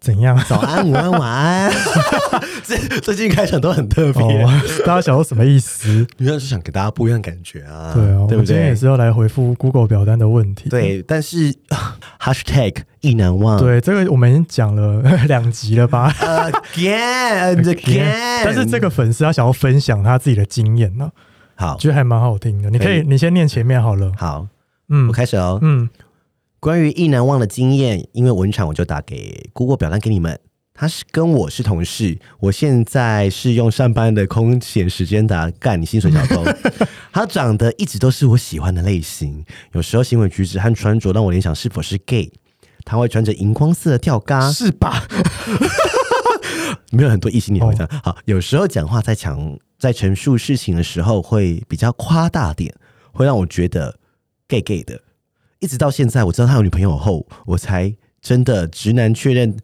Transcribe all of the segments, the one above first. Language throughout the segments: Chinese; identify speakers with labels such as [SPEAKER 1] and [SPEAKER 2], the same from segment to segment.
[SPEAKER 1] 怎 样？
[SPEAKER 2] 早安、午安、晚 安。最最近开场都很特别，
[SPEAKER 1] 哦，大家想到什么意 思？
[SPEAKER 2] 原来是想给大家不一样的感觉啊，
[SPEAKER 1] 对哦，
[SPEAKER 2] 对
[SPEAKER 1] 我
[SPEAKER 2] 不
[SPEAKER 1] 今天也
[SPEAKER 2] 对？
[SPEAKER 1] 是要来回复 Google 表单的问题。
[SPEAKER 2] 对，但是 hashtag 意难忘，
[SPEAKER 1] 对，这个我们已经讲了 两集了吧？
[SPEAKER 2] ，again and again，
[SPEAKER 1] 但是这个粉丝他想要分享他自己的经验呢、
[SPEAKER 2] 好
[SPEAKER 1] 我觉得还蛮好听的。你可
[SPEAKER 2] 可
[SPEAKER 1] 以，
[SPEAKER 2] 以
[SPEAKER 1] 你先念前面好了。
[SPEAKER 2] 好，
[SPEAKER 1] 嗯
[SPEAKER 2] 我开始哦。
[SPEAKER 1] 嗯，
[SPEAKER 2] 关于意难忘的经验，因为文场我就打给 Google 表单给你们。他是跟我是同事，我现在是用上班的空闲时间打干你薪水小偷。他长得一直都是我喜欢的类型，有时候行为举止和穿着让我联想是否是 gay。他会穿着荧光色的吊嘎，
[SPEAKER 1] 是吧？
[SPEAKER 2] 没有很多异性恋会这样。好，有时候讲话在讲在陈述事情的时候会比较夸大点，会让我觉得 gay gay 的。一直到现在，我知道他有女朋友后，我才真的直男确认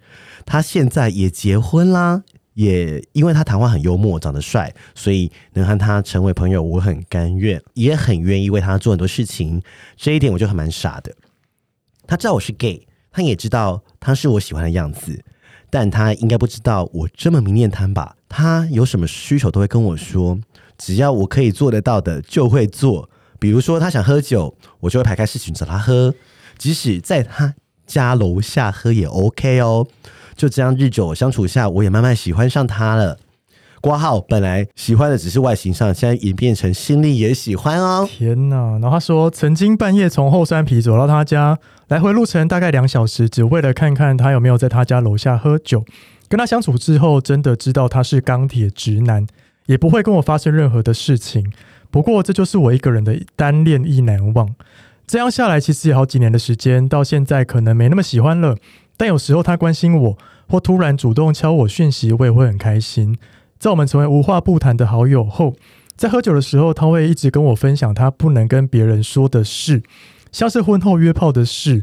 [SPEAKER 2] 他现在也结婚啦。也因为他谈话很幽默，长得帅，所以能和他成为朋友，我很甘愿，也很愿意为他做很多事情。这一点我就很蛮傻的。他知道我是 gay，他也知道他是我喜欢的样子，但他应该不知道我这么迷恋他吧？他有什么需求都会跟我说，只要我可以做得到的就会做。比如说他想喝酒，我就会排开事情找他喝，即使在他家楼下喝也 OK 哦。就这样日久相处下，我也慢慢喜欢上他了。挂号本来喜欢的只是外形上，现在演变成心里也喜欢哦。
[SPEAKER 1] 天哪！然后他说，曾经半夜从后山皮走到他家，来回路程大概两小时，只为了看看他有没有在他家楼下喝酒。跟他相处之后，真的知道他是钢铁直男，也不会跟我发生任何的事情。不过，这就是我一个人的单恋意难忘。这样下来，其实也好几年的时间，到现在可能没那么喜欢了。但有时候他关心我，或突然主动敲我讯息，我也会很开心。在我们成为无话不谈的好友后，在喝酒的时候，他会一直跟我分享他不能跟别人说的事，像是婚后约炮的事，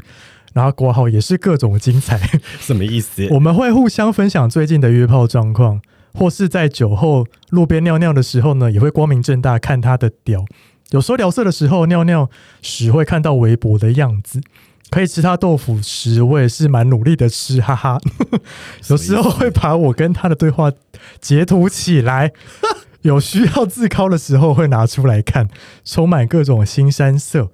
[SPEAKER 1] 然后国豪也是各种精彩。
[SPEAKER 2] 什么意思
[SPEAKER 1] 我们会互相分享最近的约炮状况，或是在酒后路边尿尿的时候呢，也会光明正大看他的屌。有时候聊色的时候，尿尿时会看到围脖的样子。可以吃他豆腐时，我也是蛮努力的吃，哈哈。有时候会把我跟他的对话截图起 来，有需要自考的时候会拿出来看，充满各种新山色。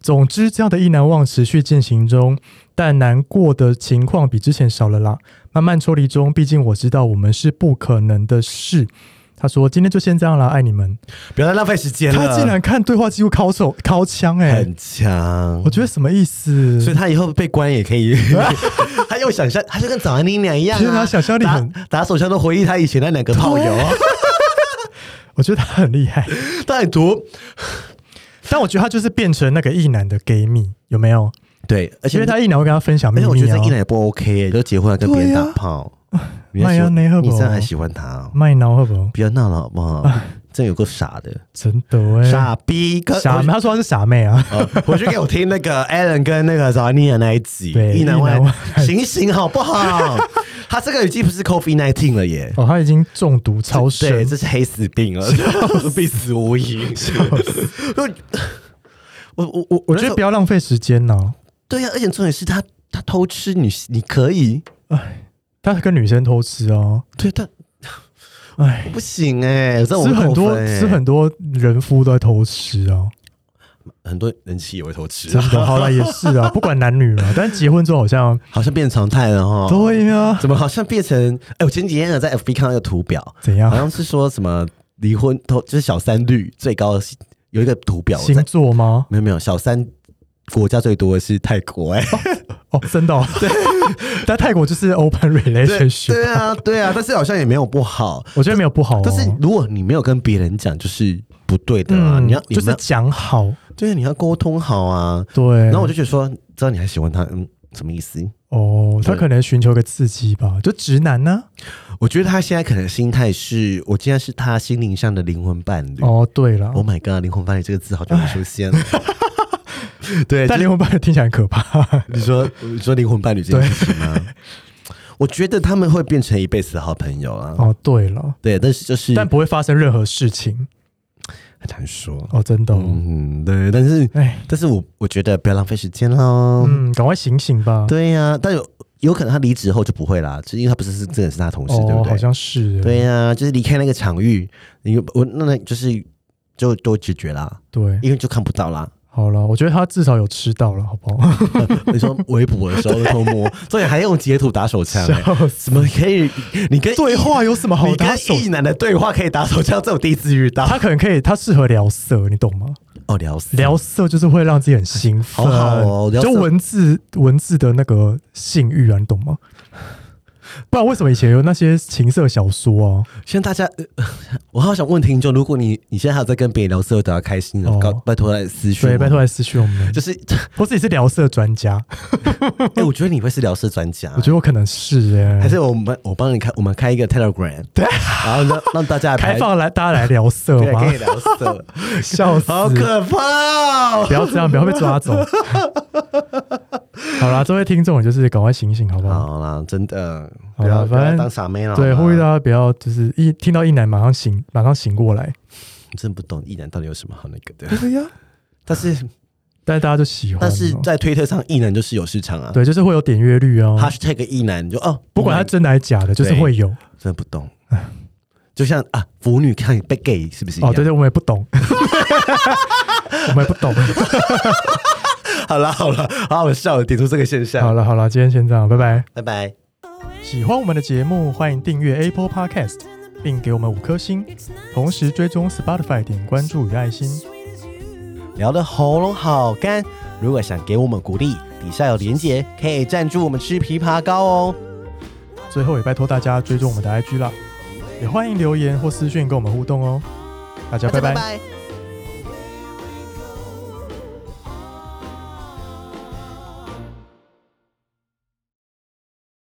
[SPEAKER 1] 总之，这样的意难忘持续进行中，但难过的情况比之前少了啦。慢慢抽离中，毕竟我知道我们是不可能的事。他说：“今天就先这样啦，爱你们。
[SPEAKER 2] 不要再浪费时”间了。
[SPEAKER 1] 他竟然看对话记录考手考枪哎、
[SPEAKER 2] 很强
[SPEAKER 1] 我，觉得什么意思？
[SPEAKER 2] 所以他以后被关也可以， 他又想象，他就跟早安妮娘一样、啊，
[SPEAKER 1] 天哪想象力很啊
[SPEAKER 2] 打打手枪都回忆他以前那两个炮友，
[SPEAKER 1] 我觉得他很厉害，
[SPEAKER 2] 歹毒。
[SPEAKER 1] 但我觉得他就是变成那个异男的 gay 蜜，有没有？
[SPEAKER 2] 对，而
[SPEAKER 1] 因为
[SPEAKER 2] 且
[SPEAKER 1] 他异男会跟他分享
[SPEAKER 2] 而
[SPEAKER 1] 秘密、
[SPEAKER 2] 且
[SPEAKER 1] 啊。
[SPEAKER 2] 我觉得这一男也不 OK 耶、就结婚了跟别人
[SPEAKER 1] 对啊
[SPEAKER 2] 打炮，你
[SPEAKER 1] 麦
[SPEAKER 2] 还喜
[SPEAKER 1] 当内赫
[SPEAKER 2] 欢
[SPEAKER 1] 伯
[SPEAKER 2] 你这样还喜欢他哦、
[SPEAKER 1] 卖挠会不会？
[SPEAKER 2] 不要闹了好 不好？真有够傻的，
[SPEAKER 1] 真的哎、
[SPEAKER 2] 傻逼跟
[SPEAKER 1] 傻妹，他说他是傻妹 啊。
[SPEAKER 2] 哦回去给我听那个 Alan 跟那个早安妮的那一集，
[SPEAKER 1] 对
[SPEAKER 2] 意难
[SPEAKER 1] 意
[SPEAKER 2] 忘
[SPEAKER 1] 难，
[SPEAKER 2] 醒醒好不 好？他这个已经不是 COVID nineteen 了耶，
[SPEAKER 1] 哦，他已经中毒超
[SPEAKER 2] 对，
[SPEAKER 1] 深，
[SPEAKER 2] 这是黑死病了， 必死无疑。我 我我我
[SPEAKER 1] 我
[SPEAKER 2] 那
[SPEAKER 1] 觉
[SPEAKER 2] 时
[SPEAKER 1] 得
[SPEAKER 2] 候
[SPEAKER 1] 不要浪费时间啊呐、
[SPEAKER 2] 对呀、啊而且重点是他他偷吃你，你可以，
[SPEAKER 1] 他跟女生偷吃哦，
[SPEAKER 2] 对他
[SPEAKER 1] 哎，
[SPEAKER 2] 不行哎、欸，这我
[SPEAKER 1] 吃很多
[SPEAKER 2] 欸、
[SPEAKER 1] 吃很多人夫都在偷吃 哦，
[SPEAKER 2] 很多人妻也会偷吃
[SPEAKER 1] 真，的，好了也是 啊，不管男女了，但结婚之后好像
[SPEAKER 2] 好像变常态了哈。
[SPEAKER 1] 对啊，
[SPEAKER 2] 怎么好像变成？哎、我前几天有在 FB 看到一个图表，
[SPEAKER 1] 怎
[SPEAKER 2] 好
[SPEAKER 1] 样？
[SPEAKER 2] 像是说什么离婚偷，就是小三率最高的有一个图表，我
[SPEAKER 1] 星
[SPEAKER 2] 在
[SPEAKER 1] 座吗？
[SPEAKER 2] 没有没有小三国家最多的是泰国哎、
[SPEAKER 1] 哦，真的、哦， 对，但泰国就是 open relationship，
[SPEAKER 2] 对啊对啊，但是好像也没有不好，
[SPEAKER 1] 我觉得没有不好、哦，
[SPEAKER 2] 但是如果你没有跟别人讲，就是不对的啊！
[SPEAKER 1] 嗯，
[SPEAKER 2] 你要你
[SPEAKER 1] 就
[SPEAKER 2] 们
[SPEAKER 1] 是
[SPEAKER 2] 要
[SPEAKER 1] 讲好，
[SPEAKER 2] 对，你要沟通好啊。
[SPEAKER 1] 对，
[SPEAKER 2] 然后我就觉得说，知道你还喜欢他，嗯，什么意思？
[SPEAKER 1] 哦，他
[SPEAKER 2] 对
[SPEAKER 1] 可能寻求个刺激吧，就直男啊呢、
[SPEAKER 2] 我觉得他现在可能心态是，我竟然是他心灵上的灵魂伴侣。
[SPEAKER 1] 哦，对了，
[SPEAKER 2] Oh my god，灵魂伴侣这个字好久没出现 了。对，
[SPEAKER 1] 但
[SPEAKER 2] 就
[SPEAKER 1] 灵魂伴侣听起来很可怕。
[SPEAKER 2] 你说你说灵魂伴侣这件事情吗？我觉得他们会变成一辈子的好朋友啊。
[SPEAKER 1] 哦，对了，
[SPEAKER 2] 对，但是就是
[SPEAKER 1] 但不会发生任何事情。
[SPEAKER 2] 很难说。
[SPEAKER 1] 哦，真的、哦，
[SPEAKER 2] 嗯，对，但是
[SPEAKER 1] 哎、
[SPEAKER 2] 但是我我觉得不要浪费时间喽。
[SPEAKER 1] 嗯，赶快醒醒吧。
[SPEAKER 2] 对呀、但有有可能他离职后就不会啦，只是因为他不是是真的是他同事，对
[SPEAKER 1] 哦，
[SPEAKER 2] 不
[SPEAKER 1] 好
[SPEAKER 2] 对？
[SPEAKER 1] 像是。
[SPEAKER 2] 对呀、就是离开那个场域，你我那那就是就多直觉啦，
[SPEAKER 1] 对，
[SPEAKER 2] 因为就看不到啦。
[SPEAKER 1] 好了，我觉得他至少有吃到了，好不好？
[SPEAKER 2] 你说围捕的时候偷摸，所以还用截图打手枪、欸，
[SPEAKER 1] 笑死
[SPEAKER 2] 怎么可以？你跟
[SPEAKER 1] 对话有什么好
[SPEAKER 2] 你
[SPEAKER 1] 打
[SPEAKER 2] 跟
[SPEAKER 1] 手？
[SPEAKER 2] 异男的对话可以打手枪，这我第一次遇到。
[SPEAKER 1] 他可能可以，他适合聊色，你懂吗？
[SPEAKER 2] 哦，聊死
[SPEAKER 1] 聊色就是会让自己很兴奋，
[SPEAKER 2] 好好哦聊色
[SPEAKER 1] 就文字文字的那个性欲啊，你懂吗？不然为什么以前有那些情色小说啊？
[SPEAKER 2] 现在大家， 呃我好想问听众，如果你你现在还有在跟别人聊色，我等到开心了，
[SPEAKER 1] 哦
[SPEAKER 2] 告拜托来私讯
[SPEAKER 1] 所
[SPEAKER 2] 我，
[SPEAKER 1] 以拜托来私讯我们，
[SPEAKER 2] 就是，
[SPEAKER 1] 或是你是聊色专家，
[SPEAKER 2] 哎、我觉得你会是聊色专家，啊
[SPEAKER 1] 我觉得我可能是哎、
[SPEAKER 2] 还是我们我帮你开，我们开一个 Telegram，对，然后让让大家来排
[SPEAKER 1] 开放来大家来聊色
[SPEAKER 2] 对，
[SPEAKER 1] 吗
[SPEAKER 2] 可？以聊色，
[SPEAKER 1] 笑死！
[SPEAKER 2] 好可怕、哦
[SPEAKER 1] 不。要这样，不要被抓 走。好啦，这位听众，你就是赶快醒醒，好不好？
[SPEAKER 2] 好啦，真的，
[SPEAKER 1] 好
[SPEAKER 2] 不要
[SPEAKER 1] 啦
[SPEAKER 2] 不要
[SPEAKER 1] 反正
[SPEAKER 2] 当傻妹了，
[SPEAKER 1] 对，
[SPEAKER 2] 好
[SPEAKER 1] 呼
[SPEAKER 2] 吗
[SPEAKER 1] 吁大家不要，就是一听到一男马上醒，马上醒过来。
[SPEAKER 2] 你真不懂异男到底有什么好那个的。
[SPEAKER 1] 对呀，
[SPEAKER 2] 但是
[SPEAKER 1] 但是大家就喜欢嘛。
[SPEAKER 2] 但是在推特上，异男就是有市场啊。
[SPEAKER 1] 对，就是会有点阅率哦。
[SPEAKER 2] ，#hashtag 异男你就哦，
[SPEAKER 1] 不管他
[SPEAKER 2] oh my-
[SPEAKER 1] 真的还是假的，就是会有。哦
[SPEAKER 2] 真的不懂，就像啊，腐女看被 gay 是不是一样？
[SPEAKER 1] 哦，对对，我们也不 懂，我们也不懂。
[SPEAKER 2] 好了好了，好好笑了，点出这个现象。
[SPEAKER 1] 好了好了，今天先这样，拜拜。
[SPEAKER 2] 拜拜。
[SPEAKER 1] 喜欢我们的节目，欢迎订阅 Apple Podcast，并给我们五颗星，同时追踪 Spotify 点关注与爱心。
[SPEAKER 2] 聊的喉咙好干，如果想给我们鼓励，底下有连结，可以赞助我们吃枇杷膏哦。
[SPEAKER 1] 最后也拜托大家追踪我们的 IG 啦，也欢迎留言或私讯跟我们互动哦。大家
[SPEAKER 2] 大家
[SPEAKER 1] 拜拜
[SPEAKER 2] 拜